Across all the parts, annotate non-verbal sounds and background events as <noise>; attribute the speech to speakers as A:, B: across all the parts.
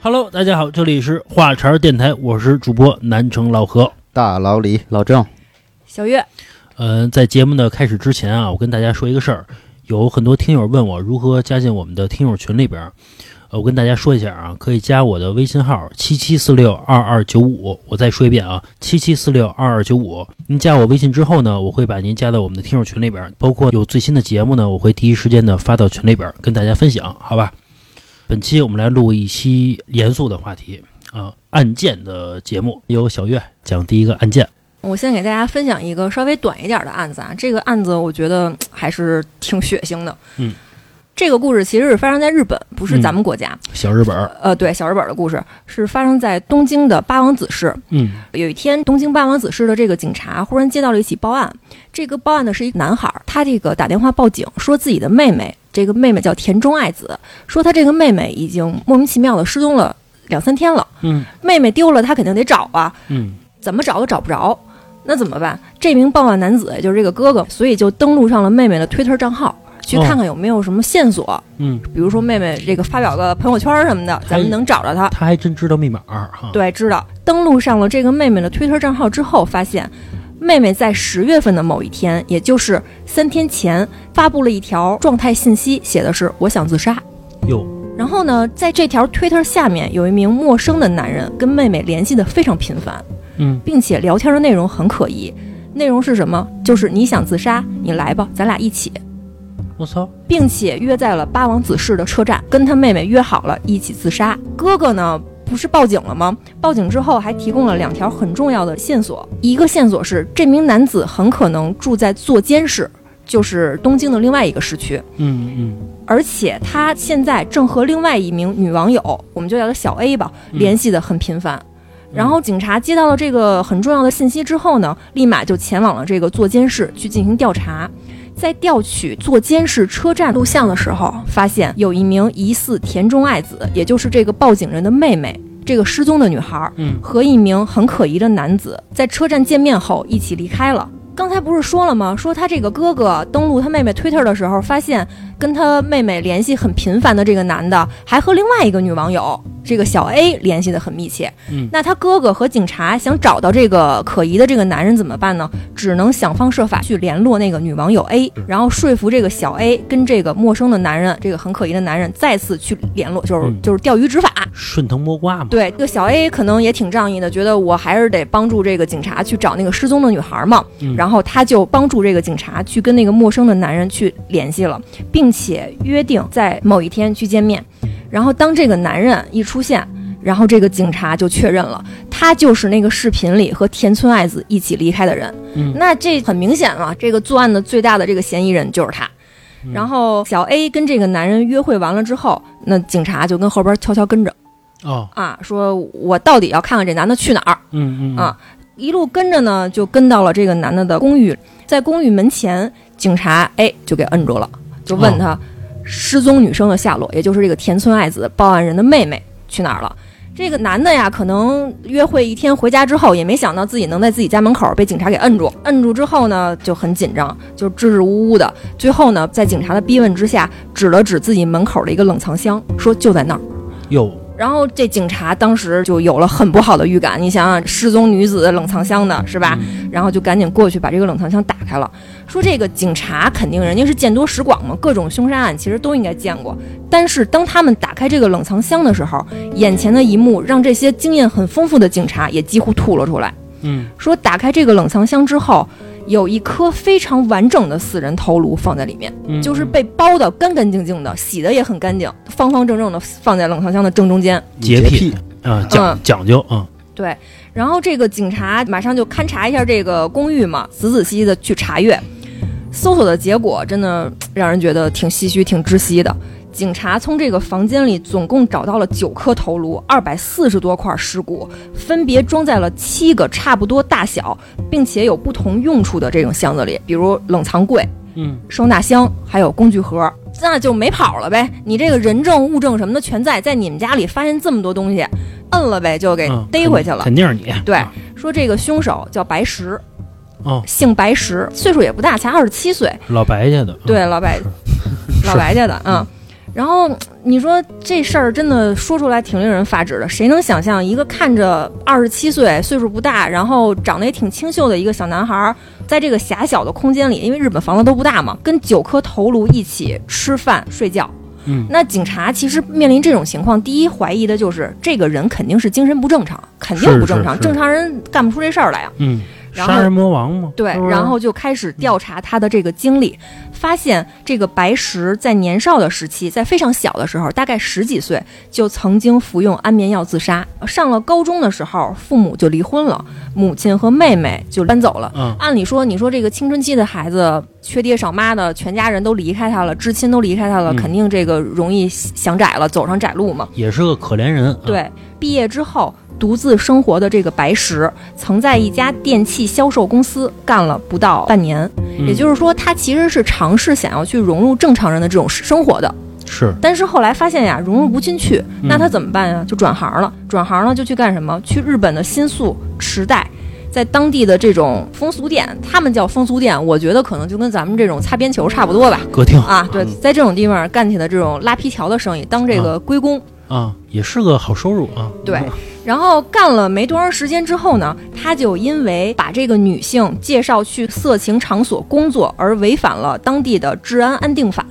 A: Hello，大家好，这里是话茬儿电台，我是主播南城老何。
B: 大老李、老郑，
C: 小月，
A: 嗯、在节目的开始之前啊，我跟大家说一个事儿，有很多听友问我如何加进我们的听友群里边儿。呃，我跟大家说一下啊，可以加我的微信号七七四六二二九五。我再说一遍啊，七七四六二二九五。您加我微信之后呢，我会把您加到我们的听友群里边儿，包括有最新的节目呢，我会第一时间的发到群里边儿跟大家分享，好吧？本期我们来录一期严肃的话题啊，案件的节目，由小月讲第一个案件。
C: 我先给大家分享一个稍微短一点的案子啊。这个案子我觉得嗯还是挺血腥的。
A: 嗯，
C: 这个故事其实是发生在日本，不是咱们国家。
A: 小日本儿，
C: 呃，对，小日本的故事是发生在东京的八王子市。
A: 嗯
C: 有一天，东京八王子市的这个警察忽然接到了一起报案。这个报案的是一个男孩儿，他这个打电话报警，说自己的妹妹，这个妹妹叫田中爱子，说他这个妹妹已经莫名其妙的失踪了两三天了。
A: 嗯
C: 妹妹丢了，他肯定得找啊。
A: 嗯
C: 怎么找都找不着，那怎么办？这名报案男子也就是这个哥哥，所以就登录上了妹妹的推特账号，去
A: 哦
C: 看看有没有什么线索，
A: 嗯，
C: 比如说妹妹这个发表个朋友圈什么的，咱们能找着她。
A: 他还真知道密码儿哈。，
C: 对，知道登录上了这个妹妹的推特账号之后，发现妹妹在十月份的某一天，也就是三天前，发布了一条状态信息，写的是“我想自杀”。
A: 哟，
C: 然后呢，在这条推特下面有一名陌生的男人跟妹妹联系的非常频繁，
A: 嗯，
C: 并且聊天的内容很可疑。内容是什么？就是你想自杀，你来吧，咱俩一起，
A: 我操，
C: 并且约在了八王子市的车站，跟他妹妹约好了一起自杀。哥哥呢，不是报警了吗？报警之后还提供了两条很重要的线索，一个线索是这名男子很可能住在座间市，就是东京的另外一个市区。
A: 嗯嗯
C: 而且他现在正和另外一名女网友，我们就叫她小 A 吧，
A: 嗯
C: 联系的很频繁。然后警察接到了这个很重要的信息之后呢，立马就前往了这个座监室去进行调查。在调取座监室车站录像的时候，发现有一名疑似田中爱子，也就是这个报警人的妹妹，这个失踪的女孩，
A: 嗯
C: 和一名很可疑的男子在车站见面后一起离开了。刚才不是说了吗？说他这个哥哥登录他妹妹 Twitter 的时候，发现跟他妹妹联系很频繁的这个男的，还和另外一个女网友这个小 A 联系的很密切。
A: 嗯
C: 那他哥哥和警察想找到这个可疑的这个男人怎么办呢？只能想方设法去联络那个女网友 A，然后说服这个小 A 跟这个陌生的男人，这个很可疑的男人再次去联络，就是
A: 嗯
C: 就是钓鱼执法。
A: 顺藤摸瓜嘛。
C: 对，这个小 A 可能也挺仗义的，觉得我还是得帮助这个警察去找那个失踪的女孩嘛。
A: 嗯
C: 然后他就帮助这个警察去跟那个陌生的男人去联系了，并且约定在某一天去见面。
A: 嗯
C: 然后当这个男人一出现，然后这个警察就确认了，他就是那个视频里和田村爱子一起离开的人。
A: 嗯
C: 那这很明显了，这个作案的最大的这个嫌疑人就是他。
A: 嗯
C: 然后小 A 跟这个男人约会完了之后，那警察就跟后边悄悄跟着。
A: 哦，
C: 啊，说我到底要看看这男的去哪儿。
A: 嗯嗯
C: 啊一路跟着呢，就跟到了这个男的的公寓，在公寓门前，警察哎就给摁住了，就问他、失踪女生的下落，也就是这个田村爱子报案人的妹妹去哪儿了。这个男的呀，可能约会一天回家之后，也没想到自己能在自己家门口被警察给摁住。摁住之后呢，就很紧张，就支支吾吾的。最后呢，在警察的逼问之下，指了指自己门口的一个冷藏箱，说就在那儿。
A: 嗯哟，
C: 然后这警察当时就有了很不好的预感，你想想，失踪女子冷藏箱的是吧？
A: 嗯
C: 然后就赶紧过去把这个冷藏箱打开了，说这个警察肯定人家是见多识广嘛，各种凶杀案其实都应该见过。但是当他们打开这个冷藏箱的时候，眼前的一幕让这些经验很丰富的警察也几乎吐了出来。
A: 嗯
C: 说打开这个冷藏箱之后，有一颗非常完整的死人头颅放在里面。
A: 嗯，
C: 就是被包的干干净净的，洗的也很干净，方方正正的放在冷藏箱的正中间。
A: 洁
B: 癖，
A: 啊，
C: 嗯
A: 讲讲究啊，
C: 对，然后这个警察马上就勘察一下这个公寓嘛，仔仔细细的去查阅，搜索的结果真的让人觉得挺唏嘘、挺窒息的。警察从这个房间里总共找到了九颗头颅，二百四十多块尸骨，分别装在了七个差不多大小，并且有不同用处的这种箱子里，比如冷藏柜、
A: 嗯
C: 收纳箱，还有工具盒，那就没跑了呗。你这个人证物证什么的全在，在你们家里发现这么多东西，摁了呗，就给
A: 嗯，
C: 逮回去了。
A: 肯定是你。啊
C: 对，说这个凶手叫白石，
A: 哦，
C: 姓白石，岁数也不大，才二十七岁。
A: 嗯老白家的。
C: 对，老白，老白家的，嗯。然后你说这事儿真的说出来挺令人发指的，谁能想象一个看着二十七岁、岁数不大，然后长得也挺清秀的一个小男孩儿，在这个狭小的空间里，因为日本房子都不大嘛，跟九颗头颅一起吃饭睡觉。
A: 嗯
C: 那警察其实面临这种情况，第一怀疑的就是这个人肯定是精神不正常，肯定不正常，
A: 是是是
C: 正常人干不出这事儿来啊。
A: 嗯，
C: 然后
A: 杀人魔王嘛，
C: 对
A: 是不，是
C: 然后就开始调查他的这个经历，发现这个白石在年少的时期，在非常小的时候，大概十几岁就曾经服用安眠药自杀。上了高中的时候，父母就离婚了，母亲和妹妹就搬走了。
A: 嗯
C: 按理说，你说这个青春期的孩子，缺爹少妈的，全家人都离开他了，至亲都离开他了，
A: 嗯
C: 肯定这个容易想窄了，走上窄路嘛。
A: 也是个可怜人，啊，
C: 对，毕业之后独自生活的这个白石，曾在一家电器销售公司干了不到半年，也就是说，他其实是尝试想要去融入正常人的这种生活的，
A: 是
C: 但是后来发现呀，融入不进去，那他怎么办呀？就转行了，转行了就去干什么？去日本的新宿池袋。在当地的这种风俗店，他们叫风俗店，我觉得可能就跟咱们这种擦边球差不多吧。
A: 歌厅
C: 啊，对，在这种地方干起的这种拉皮条的生意，当这个龟公，
A: 啊，也是个好收入啊，
C: 对，然后干了没多长时间之后呢，他就因为把这个女性介绍去色情场所工作而违反了当地的治安安定法，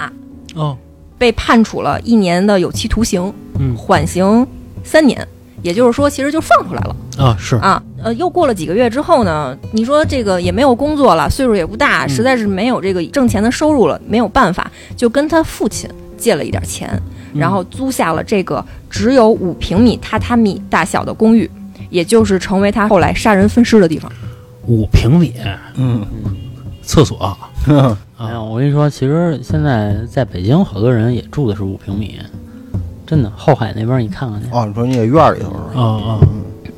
A: 哦，
C: 被判处了一年的有期徒刑，
A: 嗯
C: 缓刑三年。也就是说，其实就放出来了
A: 啊是，
C: 啊。呃，又过了几个月之后呢，你说这个也没有工作了，岁数也不大，实在是没有这个挣钱的收入了，没有办法，就跟他父亲借了一点钱，然后租下了这个只有五平米榻榻米大小的公寓，也就是成为他后来杀人分尸的地方。
A: 五平米
B: 嗯，
A: 厕所啊
D: 哎呀，我跟你说，其实现在在北京，好多人也住的是五平米，真的，后海那边你看看去。
B: 哦，你说那个院儿里头是
A: 啊
B: 吧？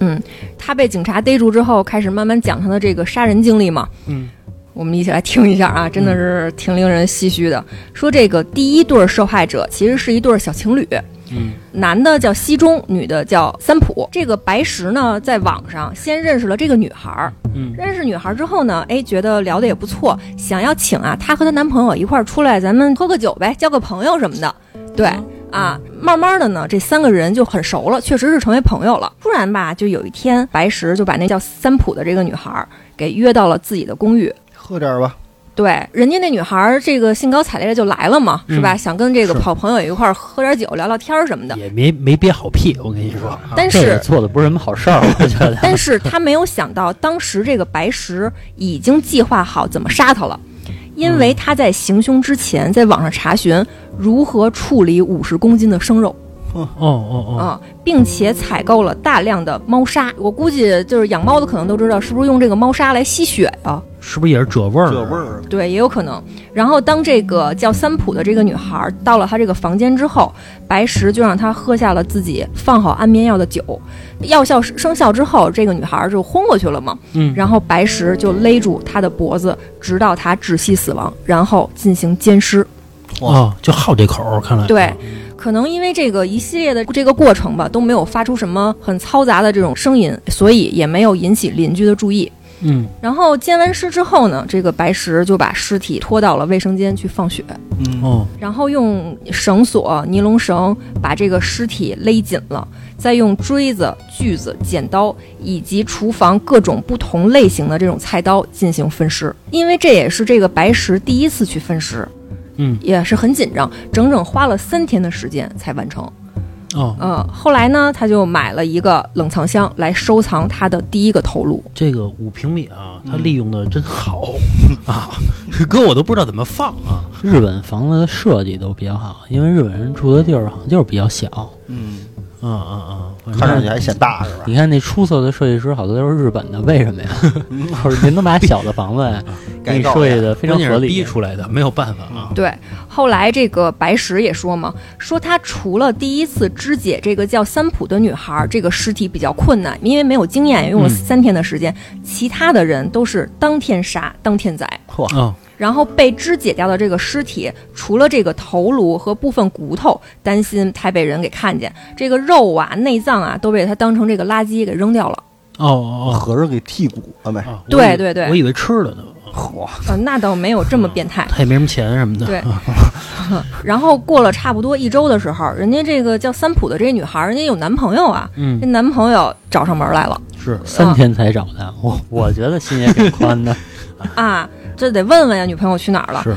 A: 啊，
C: 他被警察逮住之后，开始慢慢讲他的这个杀人经历嘛。
A: 嗯，
C: 我们一起来听一下啊，真的是挺令人唏嘘的。说这个第一对受害者其实是一对小情侣，
A: 嗯，
C: 男的叫西中，女的叫三浦。这个白石呢，在网上先认识了这个女孩儿，
A: 嗯
C: 认识女孩之后呢，哎，觉得聊得也不错，想要请啊她和她男朋友一块儿出来，咱们喝个酒呗，交个朋友什么的。对啊，慢慢的呢，这三个人就很熟了，确实是成为朋友了。突然吧，就有一天，白石就把那叫三浦的这个女孩儿给约到了自己的公寓。
B: 喝点儿吧，
C: 对，人家那女孩儿这个兴高采烈地就来了嘛，是吧？想跟这个
A: 是
C: 好朋友一块儿喝点酒、聊聊天儿什么的。
A: 也没没憋好屁，我跟你说，
C: 但
D: 这也
C: 是
D: 做的不是什么好事儿，我觉
A: <laughs>
D: 得。
C: 但是他没有想到，当时这个白石已经计划好怎么杀他了，因为他在行凶之前在网上查询如何处理五十公斤的生肉
A: 哦哦
C: 啊、并且采购了大量的猫砂。我估计就是养猫的可能都知道，是不是用这个猫砂来吸血啊？
A: 哦，是不是也是这味儿？
B: 这味，儿
C: 对，也有可能。然后当这个叫三浦的这个女孩到了她这个房间之后，白石就让她喝下了自己放好安眠药的酒，药效生效之后，这个女孩就昏过去了嘛。
A: 嗯
C: 然后白石就勒住她的脖子，直到她窒息死亡，然后进行奸尸。
A: 哦，就好这口儿，看来
C: 对，可能因为这个一系列的这个过程吧，都没有发出什么很嘈杂的这种声音，所以也没有引起邻居的注意。
A: 嗯
C: 然后奸完尸之后呢，这个白石就把尸体拖到了卫生间去放血，
B: 嗯，
A: 哦
C: 然后用绳索、尼龙绳把这个尸体勒紧了，再用锥子、锯子、剪刀以及厨房各种不同类型的这种菜刀进行分尸。因为这也是这个白石第一次去分尸，
A: 嗯，
C: 也是很紧张，整整花了三天的时间才完成。
A: 哦，
C: 呃，后来呢，他就买了一个冷藏箱来收藏他的第一个头颅。
A: 这个五平米啊，它利用的真好、
D: 嗯
A: 啊，哥我都不知道怎么放啊。
D: 日本房子的设计都比较好，因为日本人住的地儿好像就是比较小。
B: 嗯，
A: 啊啊啊！反
B: 看上
A: 正
B: 去还显大是吧？
D: 你看那出色的设计师，好多都是日本的，为什
A: <laughs>
D: 么呀？不是您能把小的房子给
B: 改
D: 你
B: 造
D: 设计的非常
A: 关键
D: 合
A: 是
D: 理，
A: 逼出来的，没有办法啊。
C: 对，后来这个白石也说嘛，说他除了第一次肢解这个叫三浦的女孩儿，这个尸体比较困难，因为没有经验，也用了
A: 嗯
C: 三天的时间，其他的人都是当天杀当天宰。
A: 啊，
C: 然后被肢解掉的这个尸体，除了这个头颅和部分骨头，担心太被人给看见，这个肉啊、内脏啊都被他当成这个垃圾给扔掉了。
A: 哦哦
B: 合着给剔骨了没
A: 哦，？啊
C: 对对对
A: 我以为吃了呢，
B: 嚯，
C: 呃，那倒没有这么变态。
A: 他也没什么钱什么的。
C: 对
A: 啊
C: <laughs> 然后过了差不多一周的时候，人家这个叫三浦的这女孩儿，人家有男朋友啊，
D: 嗯
C: 这，男朋友找上门来了
A: 是
D: 三天才找的，我我觉得心也挺宽
A: <laughs>
D: 的。
C: 啊，这得问问呀，女朋友去哪儿了？
A: 是，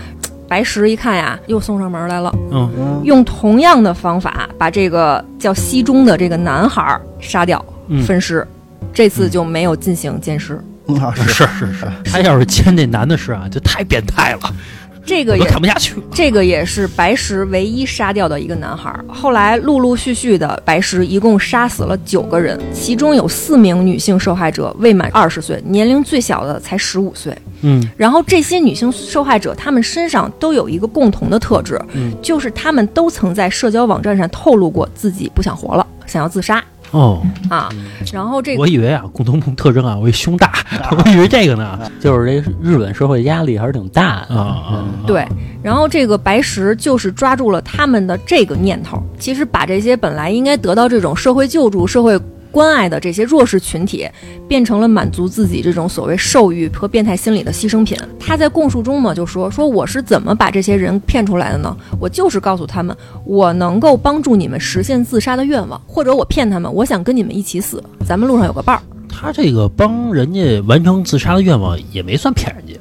C: 白石一看呀，又送上门来了，
A: 嗯，
B: 嗯，
C: 用同样的方法把这个叫西中的这个男孩儿杀掉
D: 嗯，
C: 分尸，这次就没有进行奸尸。
B: 嗯啊是
A: <laughs> 是是是，他要是签这男的是啊，就太变态了，
C: 这
A: 我
C: 个
A: 都
C: 也
A: 看不下去。
C: 这个也是白石唯一杀掉的一个男孩儿。后来陆陆续续的，白石一共杀死了九个人，其中有四名女性受害者未满二十岁，年龄最小的才十五岁。
D: 嗯
C: 然后这些女性受害者，她们身上都有一个共同的特质，
D: 嗯
C: 就是她们都曾在社交网站上透露过自己不想活了，想要自杀
A: 哦，
C: 啊。然后这个
A: 我以为啊，共同特征啊，我以为胸大， <laughs> 我以为这个呢
D: 就是这日本社会压力还是挺大
A: 啊
D: 的。
A: 啊，
C: 对，然后这个白石就是抓住了他们的这个念头，其实把这些本来应该得到这种社会救助、社会关爱的这些弱势群体，变成了满足自己这种所谓兽欲和变态心理的牺牲品。他在供述中嘛就说：“说我是怎么把这些人骗出来的呢？我就是告诉他们，我能够帮助你们实现自杀的愿望，或者我骗他们，我想跟你们一起死，咱们路上有个伴儿。
A: 他这个帮人家完成自杀的愿望也没算骗人家，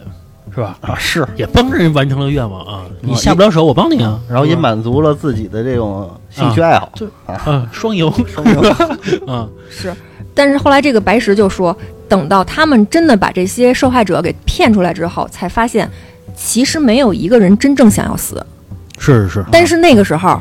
A: 是吧？
B: 啊是，
A: 也帮人完成了愿望啊，你
B: 哦
A: 下不了手，我帮你啊，
B: 然后也
A: 是吧
B: 满足了自己的这种兴趣爱好，
A: 对
B: 啊，
A: 啊，双赢，
B: 说明
A: 啊，”
C: 是，但是后来这个白石就说，等到他们真的把这些受害者给骗出来之后，才发现其实没有一个人真正想要死。
D: 嗯
A: 是是
C: 但是那个时候，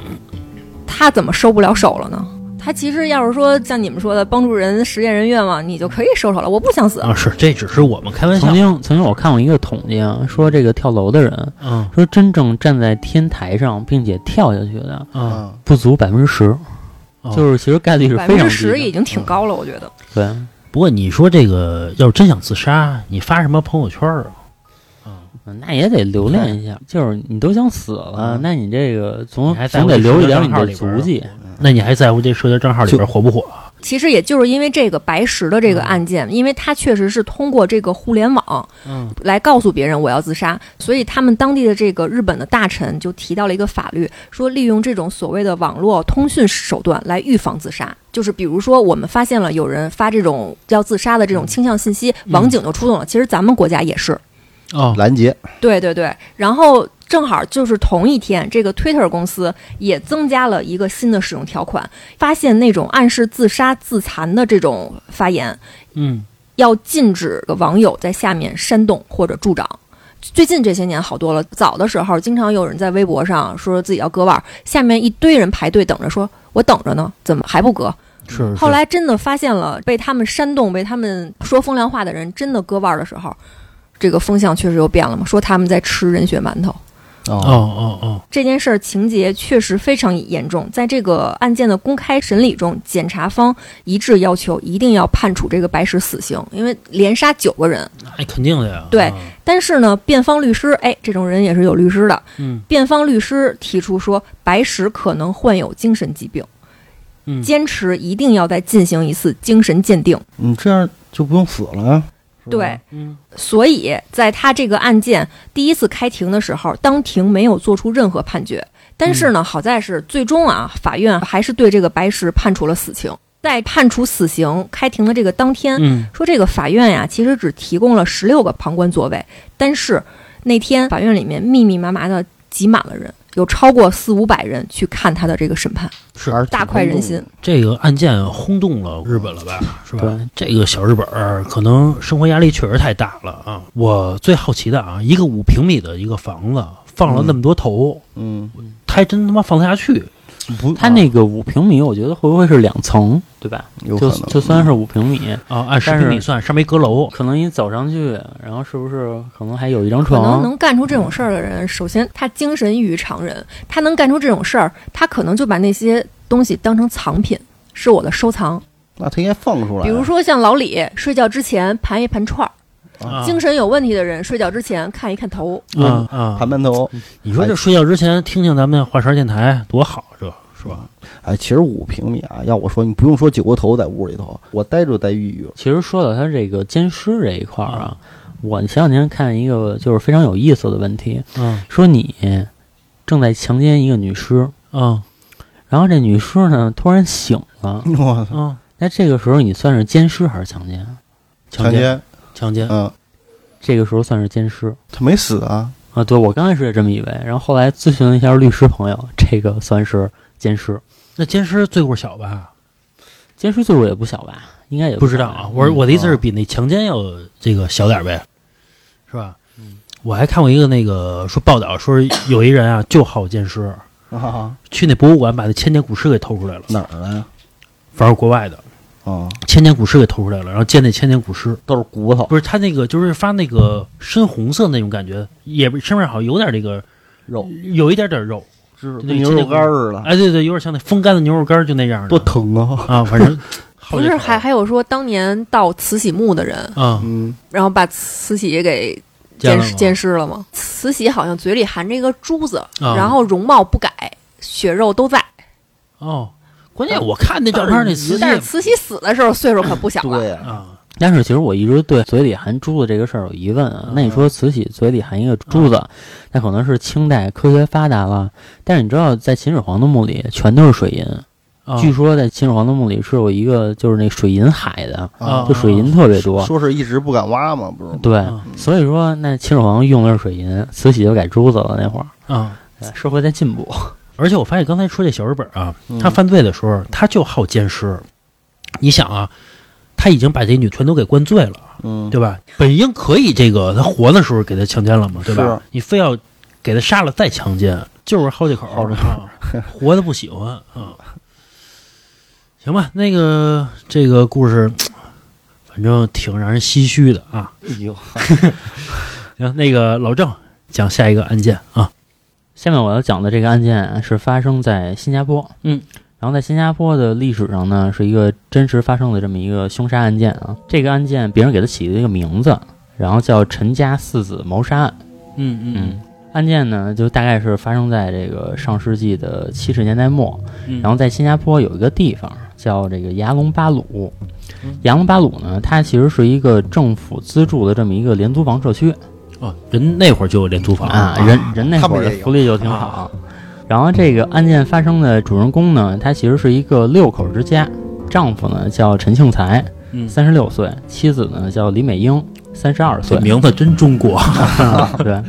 C: 他怎么收不了手了呢？他其实要是说像你们说的帮助人实现人愿望，你就可以收手了。我不想死，
D: 嗯
A: 啊，是这只是我们开玩笑
D: 曾，经曾经我看过一个统计啊，说这个跳楼的人，
A: 嗯
D: 说真正站在天台上并且跳下去的
A: 嗯，
B: 嗯
D: 不足百分之十，
A: 哦
D: 就是其实概率是
C: 百
D: 非
C: 分
D: 常
C: 之
D: 低
C: 十已
D: 的。
C: 经挺高了，我觉得。
D: 对，
A: 不过你说这个要是真想自杀，你发什么朋友圈啊？
D: 那也得留恋一下，就是你都想死了，那你这个
A: 嗯你
D: 总
A: 还在我
D: 总得
A: 这
D: 留
A: 社
D: 一
A: 交
D: 点
A: 账
D: 你
A: 号
D: 的
A: 里边
D: 足
A: 儿
D: 迹。
A: 那你还在乎这社交账号里边火不火？
C: 其实也就是因为这个白石的这个案件，因为他确实是通过这个互联网
A: 嗯
C: 来告诉别人我要自杀，所以他们当地的这个日本的大臣就提到了一个法律，说利用这种所谓的网络通讯手段来预防自杀，就是比如说我们发现了有人发这种要自杀的这种倾向信息，网警就出动了。其实咱们国家也是，
A: 哦，
B: 拦截，
C: 对对对，然后正好就是同一天，这个 Twitter 公司也增加了一个新的使用条款，发现那种暗示自杀、自残的这种发言，
A: 嗯，
C: 要禁止网友在下面煽动或者助长。最近这些年好多了，早的时候经常有人在微博上说自己要割腕儿，下面一堆人排队等着说，我等着呢，怎么还不割？
A: 嗯是
C: 后来真的发现了被他们煽动、被他们说风凉话的人真的割腕儿的时候，这个风向确实又变了嘛，说他们在吃人血馒头。
A: 哦哦哦，
C: 这件事儿情节确实非常严重，在这个案件的公开审理中，检察方一致要求一定要判处这个白石死刑，因为连杀九个人。
A: 那肯定的呀。
C: 对
A: 啊
C: 但是呢，辩方律师，哎，这种人也是有律师的。
A: 嗯，
C: 辩方律师提出说，白石可能患有精神疾病，
A: 嗯哦
C: 坚持一定要再进行一次精神鉴定。
B: 你这样就不用死了啊，是吧
C: 对，，
A: 嗯
C: 所以在他这个案件第一次开庭的时候，当庭没有做出任何判决。但是呢，好在是最终啊，法院还是对这个白石判处了死刑。在判处死刑开庭的这个当天，
A: 嗯
C: 说这个法院呀、其实只提供了十六个旁观座位，但是那天法院里面密密麻麻的挤满了人，有超过四五百人去看他的这个审判，
A: 是
B: 还是挺
C: 大快人心
B: 轰。
A: 这个案件轰动了日本了吧？是吧
D: 对？
A: 这个小日本儿可能生活压力确实太大了啊。我最好奇的啊，一个五平米的一个房子放了那么多头，
B: 动的，
A: 他还真他妈放得下去？
B: 嗯，不，
D: 他那个五平米，我觉得会不会是两层，对
A: 嗯
D: 吧？
B: 有可
D: 就
B: 能
D: 就算是五平米，
A: 啊，按十
D: 但是
A: 平米算，上面一阁楼，
D: 可能你走上去，然后是不是可能还有一张
C: 可能
D: 床？
C: 能干出这种事儿的人，首先他精神异于常人，他能干出这种事儿，他可能就把那些东西当成藏品，是我的收藏。
B: 那他应该放出来啊，
C: 比如说像老李，睡觉之前盘一盘串儿；
A: 啊
C: 精神有问题的人，睡觉之前看一看头。
A: 啊啊
B: 盘馒头，
A: 你说这睡觉之前听听咱们华山电台多好，这是吧？
B: 哎，其实五平米啊，要我说，你不用说九个头在屋里头，我待着待抑郁 <laughs> 了。
D: 其实说到他这个奸尸这一块儿
A: 嗯
D: 啊，我前两天看一个就是非常有意思的问题，
A: 嗯
D: 说你正在强奸一个女尸，
A: 嗯
D: 然后这女尸呢突然醒了，
B: 我操，
A: 嗯，
D: 那这个时候你算是奸尸还是强奸？
B: 强
A: 奸
B: 奸，
A: 强奸，
B: 嗯，
D: 这个时候算是奸尸
B: 他没死啊，
D: 啊？对，我刚开始也这么以为，然后后来咨询了一下律师朋友，这个算是奸尸。
A: 那奸尸罪过小吧？
D: 奸尸罪数也不小吧？应该也
A: 不
D: 小
A: 知道
D: 吧
A: 啊，我我的意思是
D: 嗯
A: 比那强奸要这个小点儿呗，是吧？
D: 嗯
A: 我还看过一个那个说报道说有一人啊就好奸尸，
B: 啊
A: 去那博物馆把那千年古尸给偷出来了，
B: 哪儿来啊？
A: 反正国外的
B: 啊，
A: 千年古尸给偷出来了，然后见那千年古尸，
B: 都是骨头
A: 不是他那个就是发那个深红色那种感觉，也身上好像有点这个
B: 肉，
A: 有一点点肉，
B: 是
A: 对
B: 跟牛肉干儿似
D: 啊
B: 的，
A: 哎对对，有点像那风干的牛肉干儿就那样的，
B: 多疼啊！
A: 啊，反
D: <laughs>
A: 正
E: 不是还还有说当年盗慈禧墓的人，
A: 啊，
B: 嗯，
E: 然后把慈禧给奸
A: 见了
E: 尸
A: 吗
E: 奸尸了吗？慈禧好像嘴里含着一个珠子，
A: 啊
E: 然后容貌不改，血肉都在。
A: 哦，关键我看那照片儿
D: 呃
A: 那司机
E: 但是慈禧死的时候岁数可不小了。
B: 对啊，
A: 啊，
D: 但是其实我一直对嘴里含珠子这个事儿有疑问
A: 嗯
D: 啊。那你说慈禧嘴里含一个珠子，那可能是清代科学发达了，但是你知道在秦始皇的墓里全都是水银，
A: 啊
D: 据说在秦始皇的墓里是有一个就是那水银海的，
A: 啊
D: 就水银特别多。
B: 说是一直不敢挖嘛，不是吗？
D: 对
A: 啊，
D: 所以说那秦始皇用的是水银，慈禧就改珠子了。那会儿
A: 啊。
D: 哎社会在进步，
A: 而且我发现刚才说这小日本啊，
B: 嗯
A: 他犯罪的时候，他就好奸尸。你想啊，他已经把这女全都给灌醉了，
B: 嗯，
A: 对吧？本应可以这个他活的时候给他强奸了嘛，对吧
B: 是？啊
A: 你非要给他杀了再强奸，就是好这口儿，
B: 好这口
A: 啊活的不喜欢啊。行吧，那个这个故事，反正挺让人唏嘘的啊。
B: 哎呦，
A: 行，那个老郑讲下一个案件啊，
D: 下面我要讲的这个案件是发生在新加坡，
A: 嗯，
D: 然后在新加坡的历史上呢，是一个真实发生的这么一个凶杀案件啊。这个案件别人给他起了一个名字，然后叫陈家四子谋杀案。
A: 嗯
D: 嗯，案件呢就大概是发生在这个上世纪的七十年代末，
A: 嗯
D: 然后在新加坡有一个地方叫这个牙龙巴鲁。牙龙巴鲁呢，它其实是一个政府资助的这么一个廉租房社区
A: 哦，人那会儿就有廉租房
D: 啊，人人那
B: 他
D: 会
B: 们
D: 儿的
B: 也有
D: 福利就挺好。然后这个案件发生的主人公呢，他其实是一个六口之家，丈夫呢叫陈庆才，
A: 嗯
D: 三十六岁，妻子呢叫李美英，三十二岁
A: 这，名字真中国
D: <laughs> 对。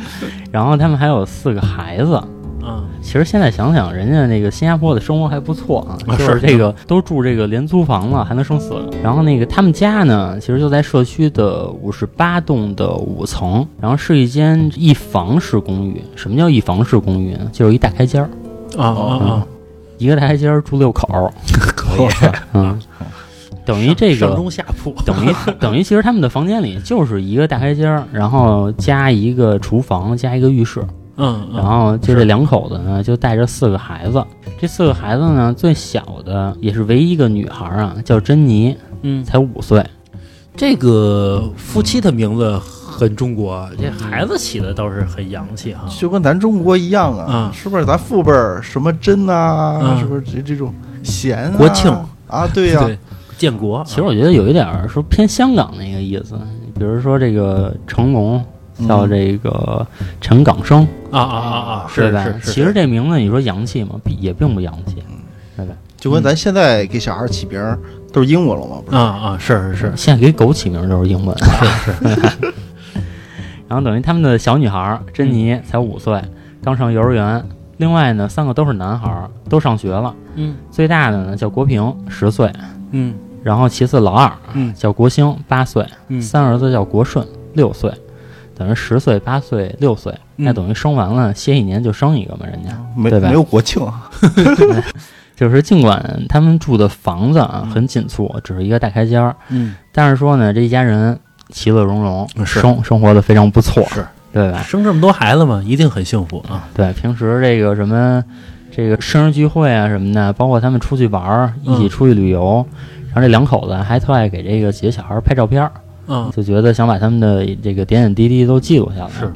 D: 然后他们还有四个孩子，
A: 啊！
D: 其实现在想想，人家那个新加坡的生活还不错啊，
A: 啊
D: 就是
A: 是
D: 这个都住这个廉租房了，还能生死。然后那个他们家呢，其实就在社区的五十八栋的五层，然后是一间一房式公寓。什么叫一房式公寓呢？就是一大开间儿，
A: 啊啊
D: 一个大开间儿住六口儿，
A: 可以啊
D: 嗯，等于这
A: 上
D: 个。
A: 中下铺，
D: 等
A: <laughs>
D: 于等于，其实他们的房间里就是一个大开间儿，然后加一个厨房，加一个浴室，
A: 嗯，
D: 然后就这两口子呢，就带着四个孩子。这四个孩子呢，最小的也是唯一一个女孩啊，叫珍妮，
A: 嗯，
D: 才五岁。
A: 这个夫妻的名字很中国，啊这孩子起的倒是很洋气哈。
B: 就跟咱中国一样啊
A: 嗯，
B: 是不是？咱父辈儿什么珍啊
A: 嗯，
B: 是不是这这种贤啊
A: 国庆
B: 啊？对呀，
A: 嗯对，建国
D: 其实我觉得有一点儿说偏香港那个意思，比如说这个成龙
A: 嗯
D: 叫这个陈港生，
A: 啊啊啊啊，
D: 对
A: 是
D: 吧？
A: 是是，
D: 其实这名字你说洋气吗？并也并不洋气。
B: 就跟咱现在给小孩起名儿都是英文了嘛，不
A: 啊
B: 是？
A: 啊是是
D: 现在给狗起名就是英文。
A: 是是，
D: <laughs> 然后等于他们的小女孩儿珍妮
A: 嗯
D: 才五岁，刚上幼儿园。另外呢，三个都是男孩儿，都上学了。
A: 嗯
D: 最大的呢叫国平，十岁，
A: 嗯
D: 然后其次老二，
A: 嗯
D: 叫国兴，八岁，
A: 嗯
D: 三儿子叫国顺，六岁，等于十岁、八岁、六岁，那
A: 嗯
D: 等于生完了歇一年就生一个嘛，人家
B: 没
D: 对吧
B: 没有国庆啊，
D: 就是尽管他们住的房子啊很紧促，只是一个大开间儿，
A: 嗯，
D: 但是说呢，这一家人其乐融融，
A: 是
D: 生生活的非常不错，
A: 是
D: 对吧？
A: 生这么多孩子嘛，一定很幸福啊。
D: 对，平时这个什么，这个生日聚会啊什么的，包括他们出去玩儿，一起
A: 嗯
D: 出去旅游，然后这两口子还特爱给这个几个小孩儿拍照片儿。
A: 嗯
D: 就觉得想把他们的这个点点滴滴都记录下来。
A: 是，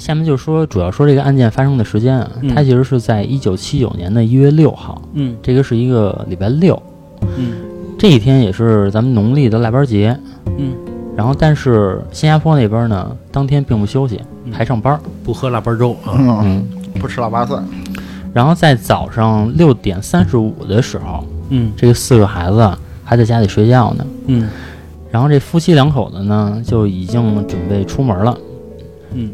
D: 下面就说主要说这个案件发生的时间啊，
A: 嗯
D: 它其实是在一九七九年的一月六号，
A: 嗯
D: 这个是一个礼拜六，
A: 嗯
D: 这一天也是咱们农历的腊八节。
A: 嗯，
D: 然后，但是新加坡那边呢，当天并不休息，
A: 嗯
D: 还上班。
A: 不喝腊八粥啊。
B: 嗯，
D: 嗯，
B: 不吃腊八蒜，
D: 然后在早上六点三十五的时候，
A: 嗯
D: 这个四个孩子还在家里睡觉呢。
A: 嗯
D: 然后这夫妻两口子呢，就已经准备出门了。
A: 嗯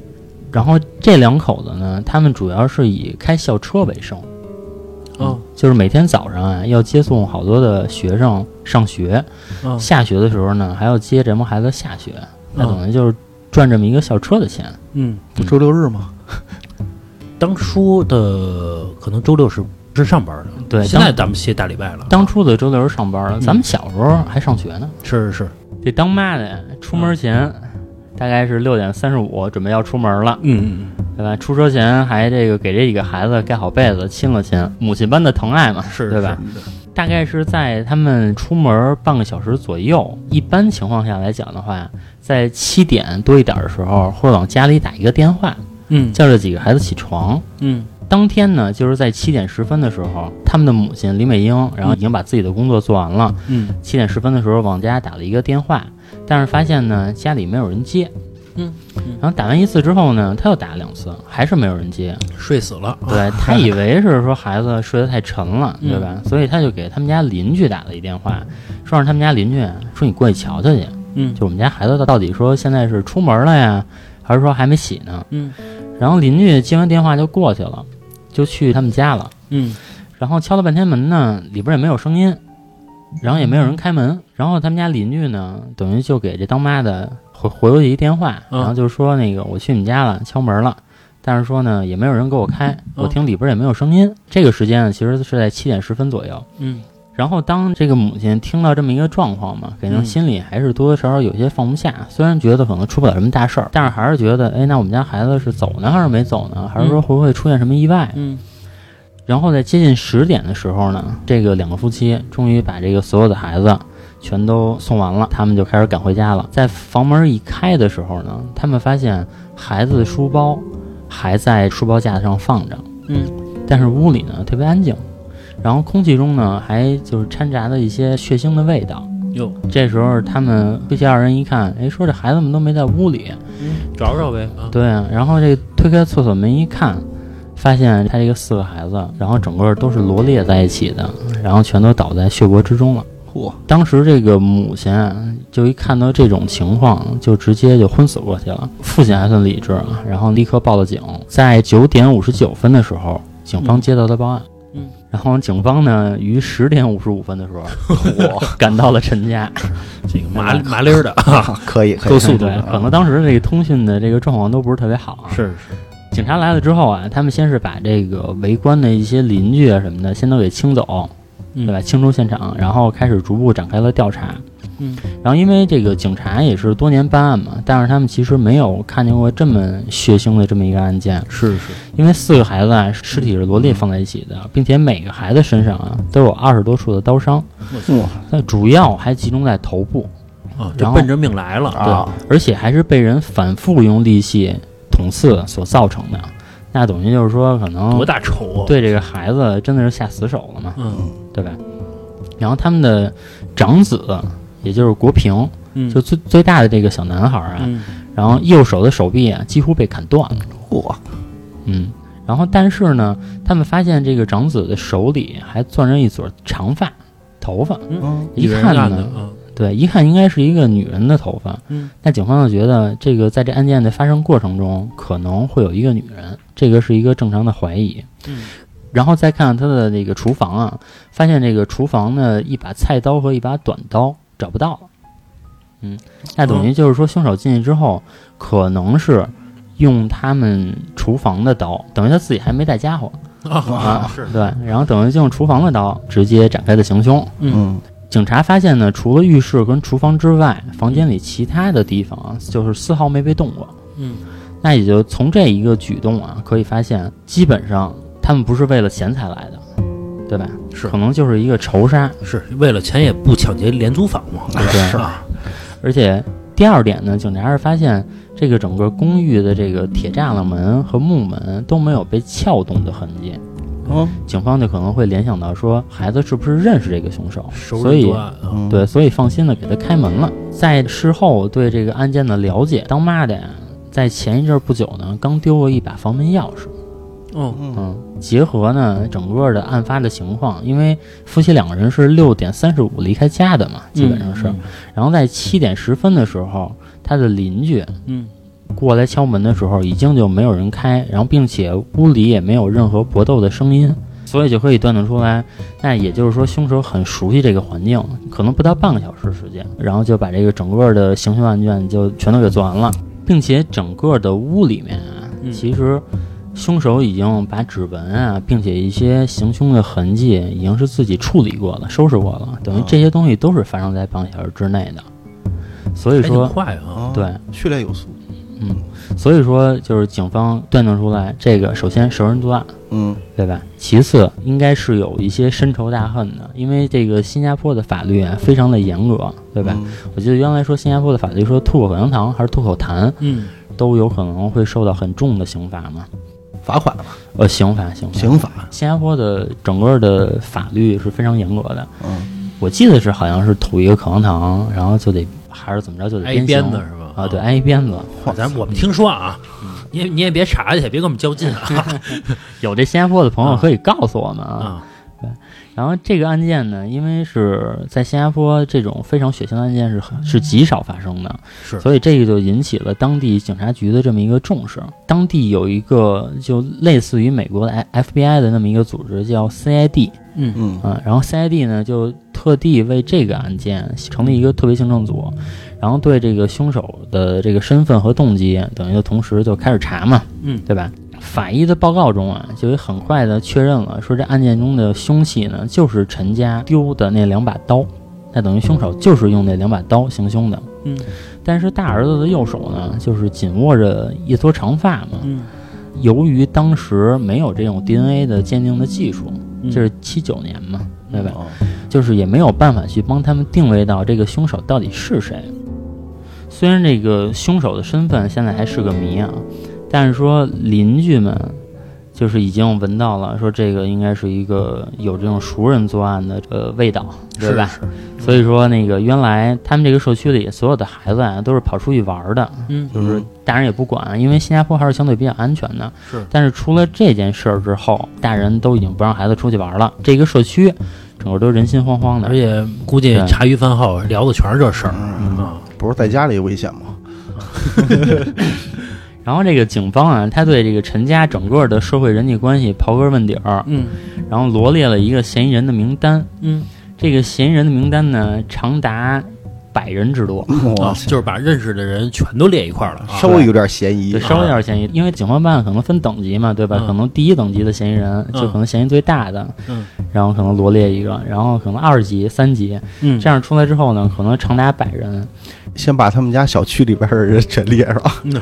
D: 然后这两口子呢，他们主要是以开校车为生，
A: 哦
D: 就是每天早上啊要接送好多的学生上学，
A: 哦
D: 下学的时候呢还要接这帮孩子下学，那
A: 嗯
D: 等于就是赚这么一个校车的钱。
A: 嗯，
B: 不周六日吗？
A: 当初的可能周六是是上班的，
D: 对，
A: 现在嗯
D: 当
A: 咱们歇大礼拜了，
D: 当初的周六日上班了，咱们小时候还上学呢。
A: 是是是，
D: 这当妈的呀，出门前大概是六点三十五，准备要出门了，
A: 嗯嗯
D: 对吧？出车前还这个给这几个孩子盖好被子，亲了亲，母亲般的疼爱嘛，
A: 嗯，是
D: 对吧？？
A: 是是
D: 大概是在他们出门半个小时左右，一般情况下来讲的话，在七点多一点的时候，会往家里打一个电话，
A: 嗯
D: 叫这几个孩子起床。
A: 嗯
D: 当天呢，就是在七点十分的时候，他们的母亲李美英，然后已经把自己的工作做完了，
A: 嗯
D: 七点十分的时候往家打了一个电话，但是发现呢家里没有人接。
A: 嗯嗯
D: 然后打完一次之后呢，他又打了两次，还是没有人接。
A: 睡死了，
D: 对他以为是说孩子睡得太沉了，
A: 嗯
D: 对吧？所以他就给他们家邻居打了一电话，说让他们家邻居啊说你过去瞧瞧去，
A: 嗯
D: 就我们家孩子到底说现在是出门了呀，还是说还没洗呢？
A: 嗯
D: 然后邻居接完电话就过去了，就去他们家了。
A: 嗯
D: 然后敲了半天门呢，里边也没有声音，
A: 嗯
D: 然后也没有人开门。然后他们家邻居呢，等于就给这当妈的回回了一电话，
A: 嗯
D: 然后就说那个我去你们家了，敲门了，但是说呢也没有人给我开，
A: 嗯
D: 我听里边也没有声音。这个时间呢，其实是在七点十分左右。
A: 嗯
D: 然后当这个母亲听到这么一个状况嘛，肯定
A: 嗯
D: 心里还是多多少少有些放不下。虽然觉得可能出不了什么大事儿，但是还是觉得，哎，那我们家孩子是走呢还是没走呢？还是说会不会出现什么意外？
A: 嗯
D: 然后在接近十点的时候呢，这个两个夫妻终于把这个所有的孩子全都送完了，他们就开始赶回家了。在房门一开的时候呢，他们发现孩子的书包还在书包架子上放着，
A: 嗯，
D: 但是屋里呢特别安静，然后空气中呢还就是掺杂着一些血腥的味道。
A: 嗯哟，
D: 这时候他们夫妻二人一看，哎，说这孩子们都没在屋里，
A: 找找呗啊，
D: 对啊，然后这推开厕所门一看，发现他这个四个孩子，然后整个都是罗列在一起的，然后全都倒在血泊之中了。
B: 嚯，
D: 当时这个母亲啊，就一看到这种情况，就直接就昏死过去了。父亲还算理智啊，然后立刻报了警。在九点五十九分的时候，警方
A: 嗯
D: 接到了报案。
A: 嗯，
D: 然后警方呢于十点五十五分的时
A: <laughs>
D: 候
B: 嚯，
D: <laughs> 赶到了陈家。
A: 这个麻麻利儿的，
B: 啊
A: 啊
B: 可以，可以
A: 够速度啊
D: 对
A: 的，
D: 可能当时这个通讯的这个状况都 <laughs> 不是特别好啊。
A: 是是，
D: 警察来了之后啊，他们先是把这个围观的一些邻居啊什么的，先都给清走，
A: 嗯
D: 对吧？清出现场，然后开始逐步展开了调查。
A: 嗯，
D: 然后因为这个警察也是多年办案嘛，但是他们其实没有看见过这么血腥的这么一个案件，
A: 是是，
D: 因为四个孩子啊，尸体是罗列放在一起
A: 嗯
D: 的，并且每个孩子身上啊都有二十多处的刀伤，
B: 哇
D: 那主要还集中在头部，
A: 啊，
D: 然
A: 这
D: 后
A: 奔着命来了，
B: 啊，
D: 而且还是被人反复用利器捅刺所造成的。那等于就是说，可能
A: 多大仇啊！，
D: 对这个孩子真的是下死手了嘛，
A: 嗯
D: 对吧？然后他们的长子，也就是国平，
A: 嗯，
D: 就最最大的这个小男孩啊，
A: 嗯
D: 然后右手的手臂啊几乎被砍断了，
B: 嚯，
D: 嗯，然后但是呢，他们发现这个长子的手里还攥着一撮长发，头发，
B: 嗯，
D: 一
A: 一个人
D: 看
A: 干的
D: 呢，
A: 啊，
D: 对，一看应该是一个女人的头发。
A: 嗯，
D: 那警方就觉得这个在这案件的发生过程中可能会有一个女人，这个是一个正常的怀疑。
A: 嗯，
D: 然后再看看他的那个厨房啊，发现这个厨房呢一把菜刀和一把短刀找不到了。嗯，那等
A: 哦
D: 于就是说凶手进去之后，可能是用他们厨房的刀，等于他自己还没带家伙
A: 啊，是，
D: 对，然后等于就用厨房的刀直接展开的行凶。
B: 嗯，
D: 警察发现呢，除了浴室跟厨房之外，房间里其他的地方啊，就是丝毫没被动过。
A: 嗯，
D: 那也就从这一个举动啊，可以发现，基本上他们不是为了钱财来的，对吧？
A: 是
D: 可能就是一个仇杀。
A: 是为了钱也不抢劫廉租房嘛，对吧
D: 是
A: 啊
D: 而且第二点呢，警察是发现这个整个公寓的这个铁栅栏门和木门都没有被撬动的痕迹。
B: 嗯，
D: 警方就可能会联想到说，孩子是不是认识这个凶手，
A: 熟
D: 所
A: 人
D: 以
A: 作案啊，
B: 嗯，
D: 对，所以放心的给他开门了。在事后对这个案件的了解，当妈的呀，在前一阵儿不久呢，刚丢过一把房门钥匙，
A: 哦，
B: 嗯，
D: 嗯，结合呢整个的案发的情况，因为夫妻两个人是六点三十五离开家的嘛，基本上是。
A: 嗯
D: 然后在七点十分的时候，他的邻居啊
A: 嗯
D: 过来敲门的时候，已经就没有人开，然后并且屋里也没有任何搏斗的声音，所以就可以断定出来，那也就是说凶手很熟悉这个环境，可能不到半个小时时间，然后就把这个整个的行凶案卷就全都给做完了，并且整个的屋里面啊，
A: 嗯
D: 其实。凶手已经把指纹啊，并且一些行凶的痕迹已经是自己处理过了、收拾过了，等于这些东西都是发生在半个小时之内的。所以
A: 还挺
D: 说，
A: 快啊，
B: 啊
D: 对，
B: 训练有素，
D: 所以说，就是警方断定出来，这个首先熟人作案，
B: 嗯，
D: 对吧？其次，应该是有一些深仇大恨的，因为这个新加坡的法律啊非常的严格，对吧？
B: 嗯？
D: 我记得原来说新加坡的法律说吐口香糖还是吐口痰
A: 嗯
D: 都有可能会受到很重的刑罚嘛，
B: 罚款吧，
D: 呃，刑罚，刑罚。
B: 刑法，
D: 新加坡的整个的法律是非常严格的，
B: 嗯，
D: 我记得是好像是吐一个口香糖，然后就得还是怎么着就得
A: 挨一鞭
D: 鞭
A: 子嗯
D: 刑
A: 是吧？
D: 啊，对，挨一鞭子。
A: 嚯，咱
B: 嗯
A: 我们听说啊，你也你也别查去，别跟我们较劲啊
D: 有这新加坡的朋友可以告诉我们啊
A: 啊！
D: 然后这个案件呢，因为是在新加坡这种非常血腥的案件是很是极少发生的，
A: 是，
D: 所以这个就引起了当地警察局的这么一个重视。当地有一个就类似于美国的 F FBI 的那么一个组织叫 CID
A: 嗯
B: 嗯，
D: 啊，然后 CID 呢就特地为这个案件成立一个特别行政组，然后对这个凶手的这个身份和动机，等于就同时就开始查嘛，
A: 嗯
D: 对吧？法医的报告中啊，就也很快的确认了，说这案件中的凶器呢，就是陈家丢的那两把刀，那等于凶手就是用那两把刀行凶的。
A: 嗯
D: 但是大儿子的右手呢，就是紧握着一撮长发嘛。
A: 嗯，
D: 由于当时没有这种 DNA 的鉴定的技术，
A: 嗯
D: 这是七九年嘛，对吧？
B: 哦
D: 就是也没有办法去帮他们定位到这个凶手到底是谁。虽然这个凶手的身份现在还是个谜啊，但是说邻居们就是已经闻到了，说这个应该是一个有这种熟人作案的呃味道，对吧？
A: 是是
D: 所以说那个原来他们这个社区里所有的孩子啊都是跑出去玩儿的，
A: 嗯
D: 就是大人也不管，因为新加坡还是相对比较安全的。
A: 是
D: 但是出了这件事儿之后，大人都已经不让孩子出去玩了，这个社区整个都人心惶惶的
A: 而。且估计茶余饭后聊的全是这事儿
B: 嗯
A: 啊，
B: 不是在家里也危险吗？
D: 然后这个警方啊，他对这个陈家整个的社会人际关系刨根问底儿，
A: 嗯
D: 然后罗列了一个嫌疑人的名单。
A: 嗯，
D: 这个嫌疑人的名单呢，长达百人之多。
A: 啊
B: 我去
A: 就是把认识的人全都列一块儿了啊，
B: 稍微有点嫌疑啊
D: 对，，稍微有点嫌疑，因为警方办案可能分等级嘛，对吧？
A: 嗯
D: 可能第一等级的嫌疑人就
A: 嗯
D: 可能嫌疑最大的，
A: 嗯
D: 然后可能罗列一个，然后可能二级、三级，
A: 嗯
D: 这样出来之后呢，可能长达百人，
B: 先把他们家小区里边的人全
A: <laughs>
B: 列上，
A: 嗯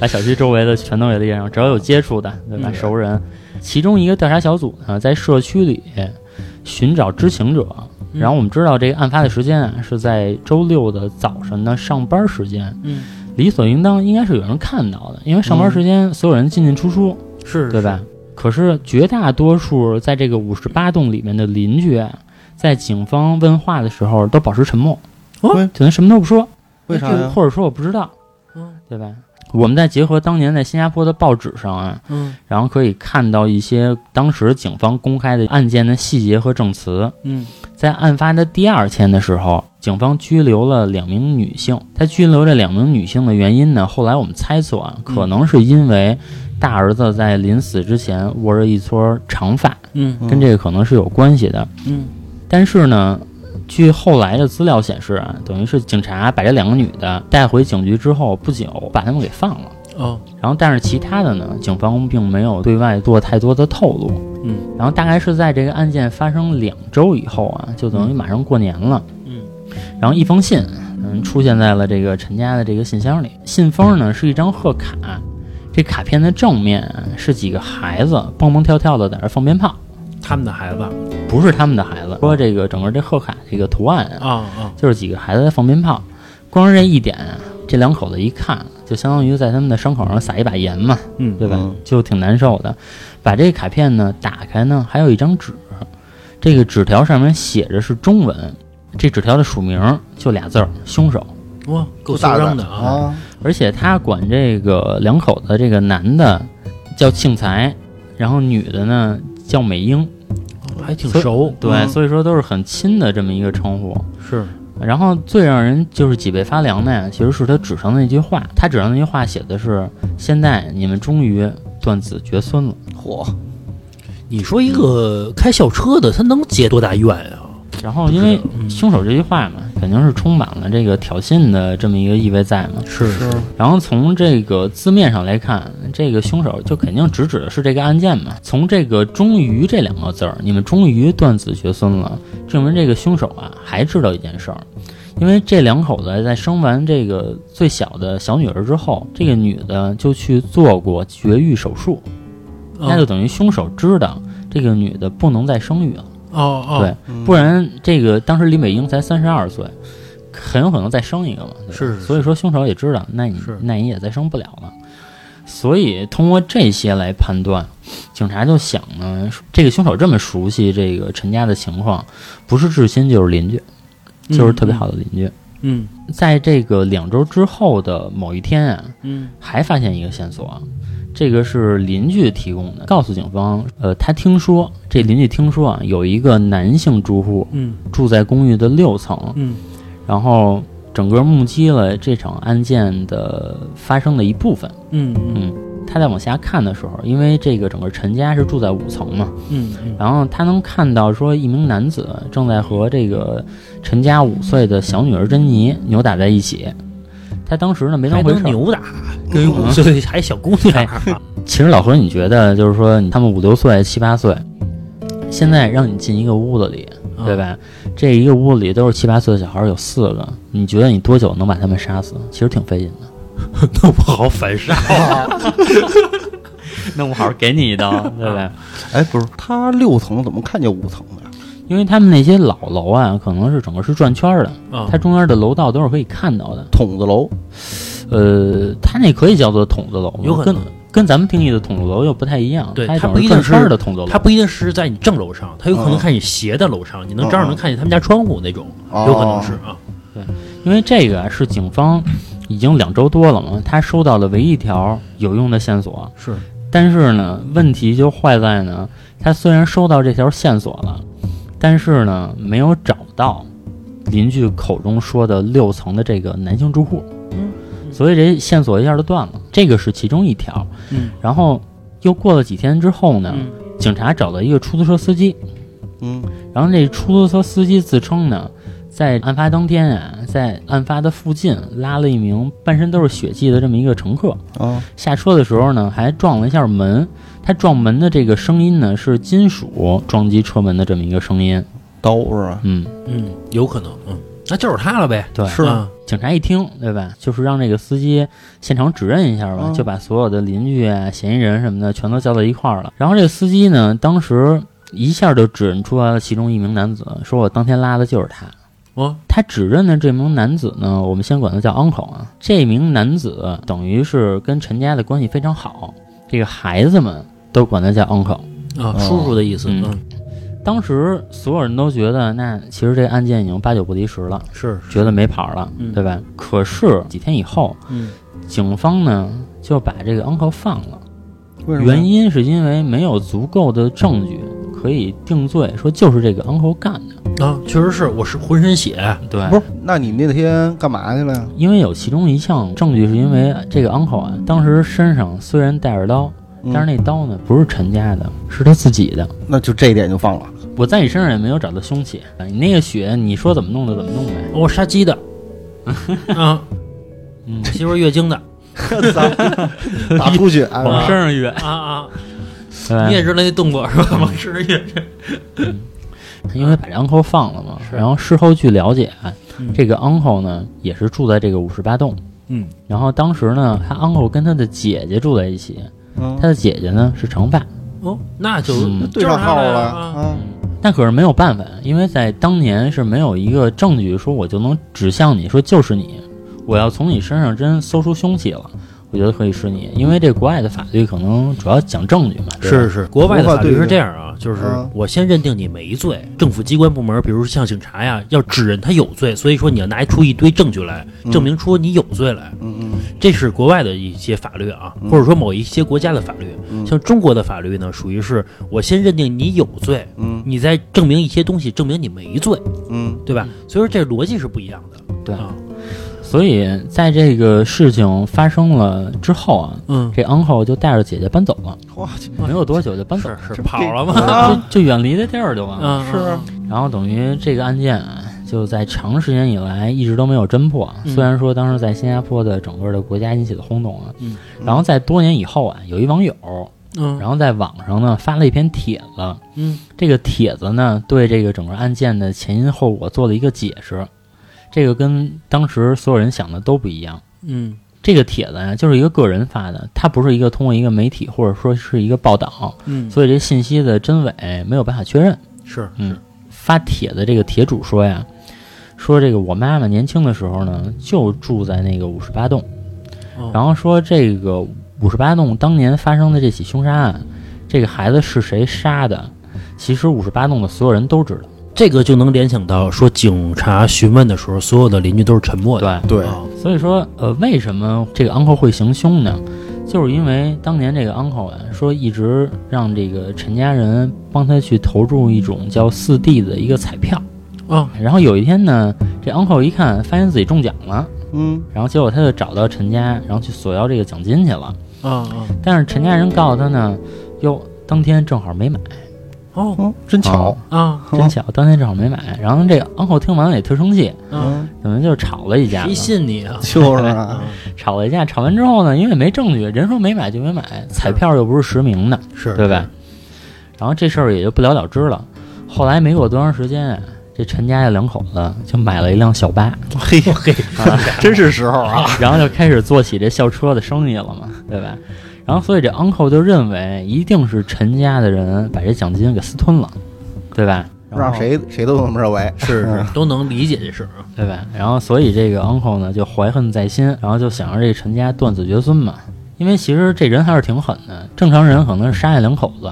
D: 把小区周围的全都给列上，只要有接触的，对吧？
A: 嗯
D: 熟人，其中一个调查小组呢，在社区里寻找知情者。
A: 嗯
D: 然后我们知道这个案发的时间啊是在周六的早晨的上班时间，
A: 嗯
D: 理所应当应该是有人看到的，因为上班时间所有人进进出出，
A: <laughs> 嗯是
D: 对吧？？可是绝大多数在这个五十八栋里面的邻居，在警方问话的时候都保持沉默，
A: 哦
D: 可能什么都不说，
B: 为啥
D: 就
B: 呀？
D: 或者说我不知道，
A: 嗯
D: 对吧？我们再结合当年在新加坡的报纸上啊，
A: 嗯
D: 然后可以看到一些当时警方公开的案件的细节和证词。
A: 嗯
D: 在案发的第二天的时候，警方拘留了两名女性。他拘留这两名女性的原因呢？后来我们猜测啊，可能是因为大儿子在临死之前握着一撮长发，
A: 嗯
D: 跟这个可能是有关系的。
A: 嗯
D: 但是呢，据后来的资料显示啊，等于是警察把这两个女的带回警局之后不久，把她们给放了。
A: 哦
D: 然后，但是其他的呢，警方并没有对外做太多的透露。
A: 嗯，
D: 然后大概是在这个案件发生两周以后啊，就等于马上过年了。
A: 嗯，
D: 然后一封信，嗯，出现在了这个陈家的这个信箱里。信封呢是一张贺卡，这卡片的正面啊是几个孩子蹦蹦跳跳的在那儿放鞭炮，
A: 他们的孩子啊
D: 不是他们的孩子。说这个整个这贺卡这个图案啊，
A: 啊啊
D: 就是几个孩子在放鞭炮。光是这一点啊，这两口子一看，就相当于在他们的伤口上撒一把盐嘛。
A: 嗯
D: 对吧
B: 嗯？
D: 就挺难受的。把这个卡片呢打开呢，还有一张纸，这个纸条上面写着是中文，这纸条的署名就俩字儿“凶手
A: 哇，够
B: 不
A: 嚣啊
B: 大胆啊
A: 张的啊！，”，
D: 而且他管这个两口子这个男的叫庆才，然后女的呢叫美英，
A: 还挺熟，
D: 对，
B: 嗯
D: 所以说都是很亲的这么一个称呼。
A: 是
D: 然后最让人就是脊背发凉的呀，其实是他纸上的那句话。他纸上那句话写的是：“现在你们终于断子绝孙了。
B: 嚯，
A: 你说一个开校车的，他能结多大怨啊？”
D: 然后因为
A: 嗯
D: 凶手这句话嘛，肯定是充满了这个挑衅的这么一个意味在嘛。
A: 是啊
B: 是
D: 然后从这个字面上来看，这个凶手就肯定直指的是这个案件嘛。从这个“终于”这两个字儿，你们终于断子绝孙了，证明这个凶手啊还知道一件事儿，因为这两口子在生完这个最小的小女儿之后，这个女的就去做过绝育手术，
A: 嗯
D: 那就等于凶手知道这个女的不能再生育了，
A: 哦哦，
D: 对不然这个当时李美英才三十二岁。很有可能再生一个嘛，对吧
A: 是是
D: 所以说凶手也知道，那你
A: 是
D: 那你也再生不了了。所以通过这些来判断，警察就想呢，这个凶手这么熟悉这个陈家的情况，不是至亲就是邻居，
A: 嗯
D: 就是特别好的邻居。
A: 嗯
D: 在这个两周之后的某一天啊，
A: 嗯
D: 还发现一个线索啊，这个是邻居提供的，告诉警方，呃，他听说这邻居听说啊，有一个男性住户
A: 嗯
D: 住在公寓的六层，
A: 嗯
D: 然后整个目击了这场案件的发生的一部分。
A: 嗯
D: 嗯，他在往下看的时候，因为这个整个陈家是住在五层嘛，
A: 嗯嗯，
D: 然后他能看到说一名男子正在和这个陈家五岁的小女儿珍妮扭打在一起。他当时呢没当
A: 还
D: 回
A: 能
D: 事儿。哎
A: 扭打，跟五岁还小姑娘儿，
D: 其实老何，你觉得就是说他们五六岁、七八岁，现在让你进一个屋子里，
A: 嗯
D: 对
A: 哎
D: 吧？这一个屋子里都是七八岁的小孩儿，有四个，你觉得你多久能把他们杀死？其实挺费劲
A: <laughs>
D: 的。
A: 嗯？弄不好反 <laughs> 杀。
D: 弄不好给你一 <laughs> 刀，对吧？
B: 哎，不是，他六层怎么看见五层的呀？
D: 因为他们那些老楼啊，可能是整个是转圈儿的，
A: 啊
D: 它中间的楼道都是可以看到的。
B: 筒子楼，
D: 呃，它那可以叫做筒子楼吗，
A: 有可
D: 跟
A: 能
D: 跟咱们定义的筒子楼又不太一样，
A: 对
D: 它
A: 它
D: 整
A: 不
D: 个
A: 一定
D: 转圈儿
A: 是
D: 的筒子楼，
A: 他不一定是在你正楼上，他有可能
B: 嗯
A: 看你斜的楼上，你能
B: 嗯
A: 正好
B: 嗯
A: 能看见他们家窗户那种，
D: 哦
A: 有可能是
B: 哦
A: 啊。
D: 因为这个啊是警方已经两周多了嘛，他收到的唯一一条有用的线索。
A: 是，
D: 但是呢，问题就坏在呢，他虽然收到这条线索了，但是呢，没有找到邻居口中说的六层的这个男性住户。
A: 嗯
D: 所以这线索一下就断了，这个是其中一条。
A: 嗯，
D: 然后又过了几天之后呢，
A: 嗯
D: 警察找到一个出租车司机，
B: 嗯，
D: 然后这出租车司机自称呢，在案发当天啊，在案发的附近啊拉了一名半身都是血迹的这么一个乘客，
B: 啊，
D: 下车的时候呢，还撞了一下门。他撞门的这个声音呢，是金属撞击车门的这么一个声音。
B: 刀是吧？
D: 嗯，
A: 嗯，有可能，嗯，那就是他了呗。
D: 对，
B: 是
A: 啊
D: 警察一听，对吧？就是让这个司机现场指认一下吧，
B: 嗯
D: 就把所有的邻居啊、嫌疑人什么的全都叫到一块儿了。然后这个司机呢，当时一下就指认出来了其中一名男子，说我当天拉的就是他。
A: 哦，
D: 他指认的这名男子呢，我们先管他叫 uncle 啊。这名男子等于是跟陈家的关系非常好，这个孩子们都管他叫 uncle。
A: 啊，
B: 哦
A: 叔叔的意思，
D: 嗯
A: 嗯，
D: 当时所有人都觉得，那其实这个案件已经八九不离十了，
A: 是，
D: 觉得没跑了
A: 嗯，
D: 对吧？可是几天以后，
A: 嗯
D: 警方呢就把这个 uncle 放了，
B: 为什么呀
D: 原因是因为没有足够的证据可以定罪，说就是这个 uncle 干的。
A: 啊，确实是，我是浑身血，
D: 对
B: 不是？那你那天干嘛去了呀？
D: 因为有其中一项证据，是因为这个 uncle 啊，当时身上虽然带着刀，
B: 嗯
D: 但是那刀呢不是陈家的，是他自己的。
B: 那就这一点就放了。
D: 我在你身上也没有找到凶器，哎你那个血，你说怎么弄的怎么弄呗。
A: 我杀鸡
D: <laughs>
A: 的，啊，
D: 嗯，
A: 媳妇儿月经的，
B: <laughs> 打出去，
D: <laughs>
B: 哎
A: 往身
D: 上越，
A: 啊啊，
D: 对吧
A: 你也知道那动作是吧？往吃越
D: 因为把这 uncle 放了嘛。
A: 是
D: 然后事后据了解，
A: 嗯
D: 这个 uncle 呢也是住在这个五十八栋。
A: 嗯，
D: 然后当时呢，他 uncle 跟他的姐姐住在一起，
B: 嗯
D: 他的姐姐呢是长发。
A: 哦，那就
D: 嗯
A: 就是
B: 对上
A: 他
B: 号
A: 了
B: 了
A: 啊，
B: 啊！
D: 但可是没有办法，因为在当年是没有一个证据说我就能指向你说就是你，我要从你身上真搜出凶器了，我觉得可以是你，因为这国外的法律可能主要讲证据嘛。对吧
A: 是是，国外的
B: 国外
A: 法
B: 对
A: 律是
B: 于
A: 这样啊，就是
B: 啊
A: 我先认定你没罪，政府机关部门，比如像警察呀，要指认他有罪，所以说你要拿出一堆证据来证明出你有罪来，
B: 嗯嗯，
A: 这是国外的一些法律啊，或者说某一些国家的法律。像中国的法律呢，属于是我先认定你有罪，
B: 嗯
A: 你再证明一些东西，证明你没罪，
B: 嗯
A: 对吧？所以说这逻辑是不一样的。
D: 对
A: 啊，
D: 所以在这个事情发生了之后啊，
A: 嗯，
D: 这 uncle 就带着姐姐搬走了，
B: 嗯，哇，这
D: 没有多久就搬走了，
A: 是是跑了吗？
B: 啊，
D: 就就远离的地儿就完了。
A: 嗯，嗯
D: 然后等于这个案件啊，就在长时间以来一直都没有侦破。啊
A: 嗯
D: 虽然说当时在新加坡的整个的国家引起的轰动啊，
A: 嗯
D: 然后在多年以后啊，有一网友，
A: 嗯，
D: 然后在网上呢发了一篇帖子，
A: 嗯，
D: 这个帖子呢对这个整个案件的前因后果做了一个解释，这个跟当时所有人想的都不一样。
A: 嗯
D: 这个帖子呀、就是一个个人发的，它不是一个通过一个媒体或者说是一个报道，
A: 嗯，
D: 所以这信息的真伪没有办法确认。
A: 是
D: 嗯，发帖的这个帖主说呀，说这个我妈妈年轻的时候呢，就住在那个五十八栋，
A: 哦
D: 然后说这个五十八栋当年发生的这起凶杀案，这个孩子是谁杀的？其实五十八栋的所有人都知道，
A: 这个就能联想到说，警察询问的时候，所有的邻居都是沉默的。
D: 对，
B: 对，
A: 啊
D: 所以说呃，为什么这个 uncle 会行凶呢？就是因为当年这个 uncle 啊，说一直让这个陈家人帮他去投注一种叫四 D 的一个彩票。
A: 啊，
D: 然后有一天呢，这 uncle 一看，发现自己中奖了，
B: 嗯
D: 然后结果他就找到陈家，然后去索要这个奖金去了。
A: 啊啊！
D: 但是陈家人告诉他呢，哟，当天正好没买，
A: 哦
B: 嗯，真巧，
A: 啊
D: 真巧，当天正好没买。然后这个 uncle 听完了也特生气，
A: 啊！
B: 嗯
D: 等于就吵了一架
A: 谁
D: 了，
A: 信你啊？
B: 就是 <laughs> 啊，
D: 吵了一架，吵完之后呢，因为也没证据，人说没买就没买，彩票又不是实名的，
A: 是
D: 对吧？？然后这事儿也就不了了之了。后来没过多长时间啊，这陈家这两口子就买了一辆小巴，
A: 嘿嘿，
B: 真是时候啊，
D: 然后就开始做起这校车的生意了嘛，对吧？然后所以这 uncle 就认为一定是陈家的人把这奖金给私吞了，对吧？然后
B: 让？谁谁都这么认为，
A: 是是，都能理解这事儿啊。
D: 对吧？然后所以这个 uncle 呢就怀恨在心，然后就想让这陈家断子绝孙嘛。因为其实这人还是挺狠的，正常人可能是杀这两口子，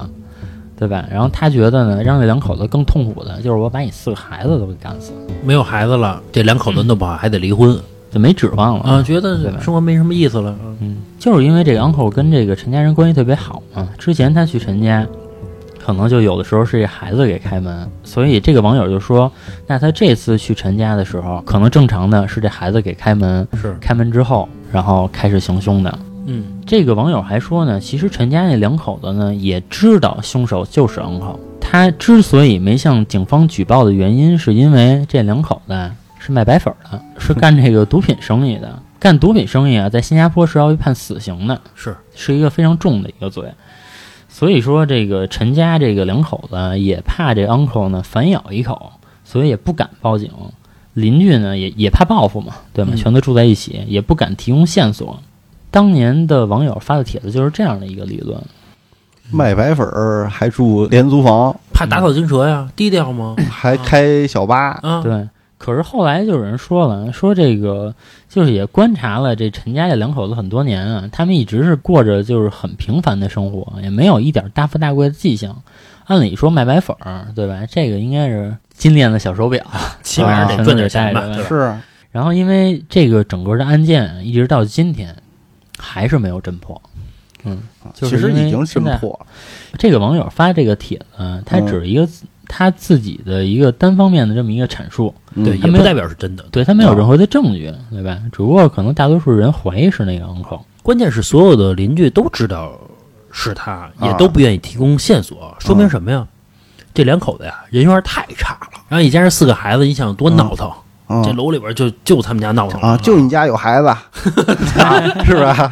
D: 对吧？然后他觉得呢，让这两口子更痛苦的就是我把你四个孩子都给干死，
A: 没有孩子了，这两口子弄不好还得离婚
D: 就没指望了
B: 嗯
A: 啊，觉
D: 对
A: 得
D: 吧
A: 生活没什么意思了。啊
D: 嗯，就是因为这个 uncle 跟这个陈家人关系特别好嘛，之前他去陈家，可能就有的时候是这孩子给开门，所以这个网友就说，那他这次去陈家的时候，可能正常的是这孩子给开门，
A: 是，
D: 开门之后，然后开始行凶的。
A: 嗯
D: 这个网友还说呢，其实陈家那两口子呢也知道凶手就是 uncle，他之所以没向警方举报的原因，是因为这两口子啊是卖白粉儿的，是干这个毒品生意的。干毒品生意啊，在新加坡是要被判死刑的，
A: 是
D: 是一个非常重的一个罪。所以说，这个陈家这个两口子也怕这 uncle 呢反咬一口，所以也不敢报警。邻居呢也也怕报复嘛，对吗？
A: 嗯
D: 全都住在一起，也不敢提供线索。当年的网友发的帖子就是这样的一个理论，
B: <laughs> 卖白粉儿还住廉租房，
A: 怕打草惊蛇呀，低调吗？
B: 还开小巴，
A: 啊，
D: 对。可是后来就有人说了，说这个就是也观察了这陈家这两口子很多年啊，他们一直是过着就是很平凡的生活，也没有一点大富大贵的迹象。按理说卖白粉儿，对吧？这个应该是金链子、小手表，
A: 起码得赚点钱吧
D: 啊，
A: 对吧
B: 是
D: 然后因为这个整个的案件一直到今天还是没有侦破。就
B: 其
D: 是
B: 实
D: 因为
B: 已经
D: 现
B: 侦
D: 在
B: 破了，
D: 这个网友发这个帖子，啊他只是一个自、他自己的一个单方面的这么一个阐述，
A: 对，
B: 嗯
A: 也不代表是真的。
D: 对他没有任何的证据，对吧？只不过可能大多数人怀疑是那个 uncle。
A: 关键是所有的邻居都知道是他，也
D: 啊
A: 都不愿意提供线索，说
D: 嗯
A: 明什么呀？这两口子呀，人缘太差了。然后一家人四个孩子，你想多闹腾？这
B: 嗯
A: 楼里边就就他们家闹腾了
B: 啊，就你家有孩子， <laughs> 是吧？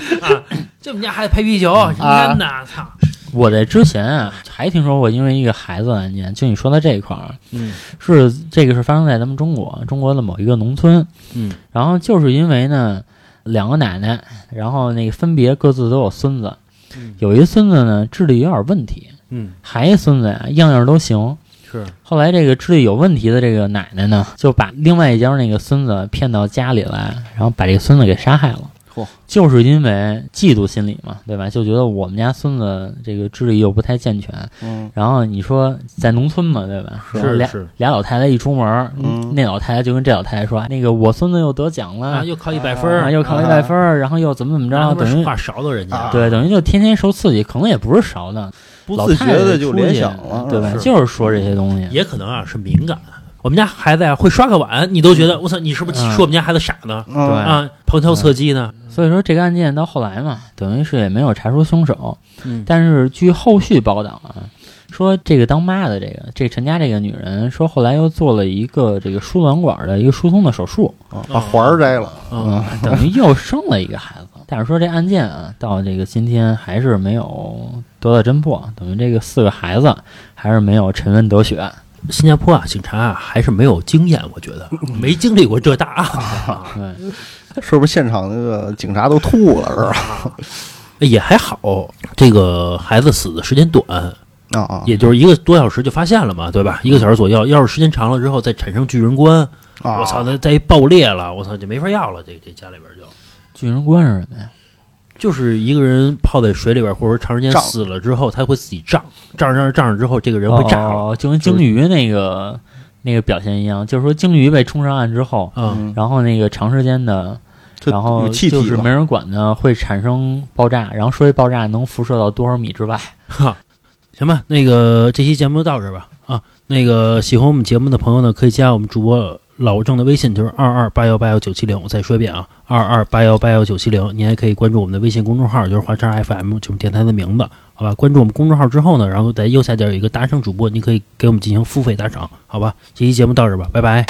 A: 就我们家孩子拍皮
D: 啊
A: 球，什么的，操！
D: 我在之前啊还听说过因为一个孩子的案件，就你说到这一块儿，
A: 嗯
D: 是这个是发生在咱们中国中国的某一个农村，
A: 嗯，
D: 然后就是因为呢，两个奶奶，然后那个分别各自都有孙子，
A: 嗯
D: 有一孙子呢智力有点问题，
A: 嗯，
D: 还一孙子呀样样都行。
A: 是
D: 后来这个智力有问题的这个奶奶呢，就把另外一家那个孙子骗到家里来，然后把这个孙子给杀害了。
B: 嚯
D: 就是因为嫉妒心理嘛，对吧？就觉得我们家孙子这个智力又不太健全，
B: 嗯
D: 然后你说在农村嘛，对吧？然后
A: 是
D: 俩
A: 是
D: 俩老太太一出门儿，
B: 嗯
D: 那老太太就跟这老太太说：“那个我孙子又得奖了，
A: 啊，又考一百分
D: 啊
A: 儿，
D: 又考一百分儿，然后又怎么怎么
A: 让他
D: 着，
A: 们
D: 等
A: 说
D: 于
A: 话勺到人家
B: 啊，
D: 对，等于就天天受刺激，可能也不是少的，
B: 不
D: 老
B: 自
D: 太
B: 觉
D: 太
B: 的就
D: 出去
B: 联想了，
D: 对吧？
A: 是
D: 就是说这些东西，
A: 也可能啊是敏感。我们家孩子呀会刷个碗，你都觉得我操，你是不是
D: 嗯
A: 说我们家孩子傻呢？
D: 嗯
B: 嗯，
A: 啊，旁敲侧击呢？
D: 所以说这个案件到后来嘛，等于是也没有查出凶手，
A: 嗯
D: 但是据后续报道啊，说这个当妈的这个这陈家这个女人，说后来又做了一个这个输卵管的一个疏通的手术，
B: 啊把环儿摘了，
A: 嗯，
D: <laughs> 等于又生了一个孩子。但是说这案件啊，到这个今天还是没有得到侦破，等于这个四个孩子还是没有沉冤得雪。
A: 新加坡啊，警察啊还是没有经验，我觉得
B: 嗯
A: 没经历过这大案啊，
D: 对，
B: 是不是现场那个警察都吐了是吧？
A: 也还好。这个孩子死的时间短，
B: 啊啊
A: 也就是一个多小时就发现了嘛，对吧？一个小时左右，要是时间长了之后再产生巨人观，
B: 啊！
A: 我操，那再一爆裂了，我操，就没法要了。这这家里边就
D: 巨人观是什么呀？
A: 就是一个人泡在水里边，或者说长时间
B: 胀
A: 死了之后，他会自己胀，胀着胀着胀着之后，这个人会炸了。
D: 哦，就跟鲸鱼那个那个表现一样，就是说鲸鱼被冲上岸之后，
A: 啊、
B: 嗯，
D: 然后那个长时间的
B: 这
D: 然后
B: 有气
D: 就
B: 体
D: 是
B: 嘛
D: 没人管呢，会产生爆炸，然后说这爆炸能辐射到多少米之外？
A: 行吧，那个这期节目就到这儿吧啊。那个喜欢我们节目的朋友呢，可以加我们主播老郑的微信，就是二二八幺八幺九七零。我再说一遍啊，二二八幺八幺九七零。您还可以关注我们的微信公众号，就是华叉 FM，就是电台的名字，好吧？关注我们公众号之后呢，然后在右下角有一个打赏主播，您可以给我们进行付费打赏，好吧？这期节目到这儿吧，拜拜。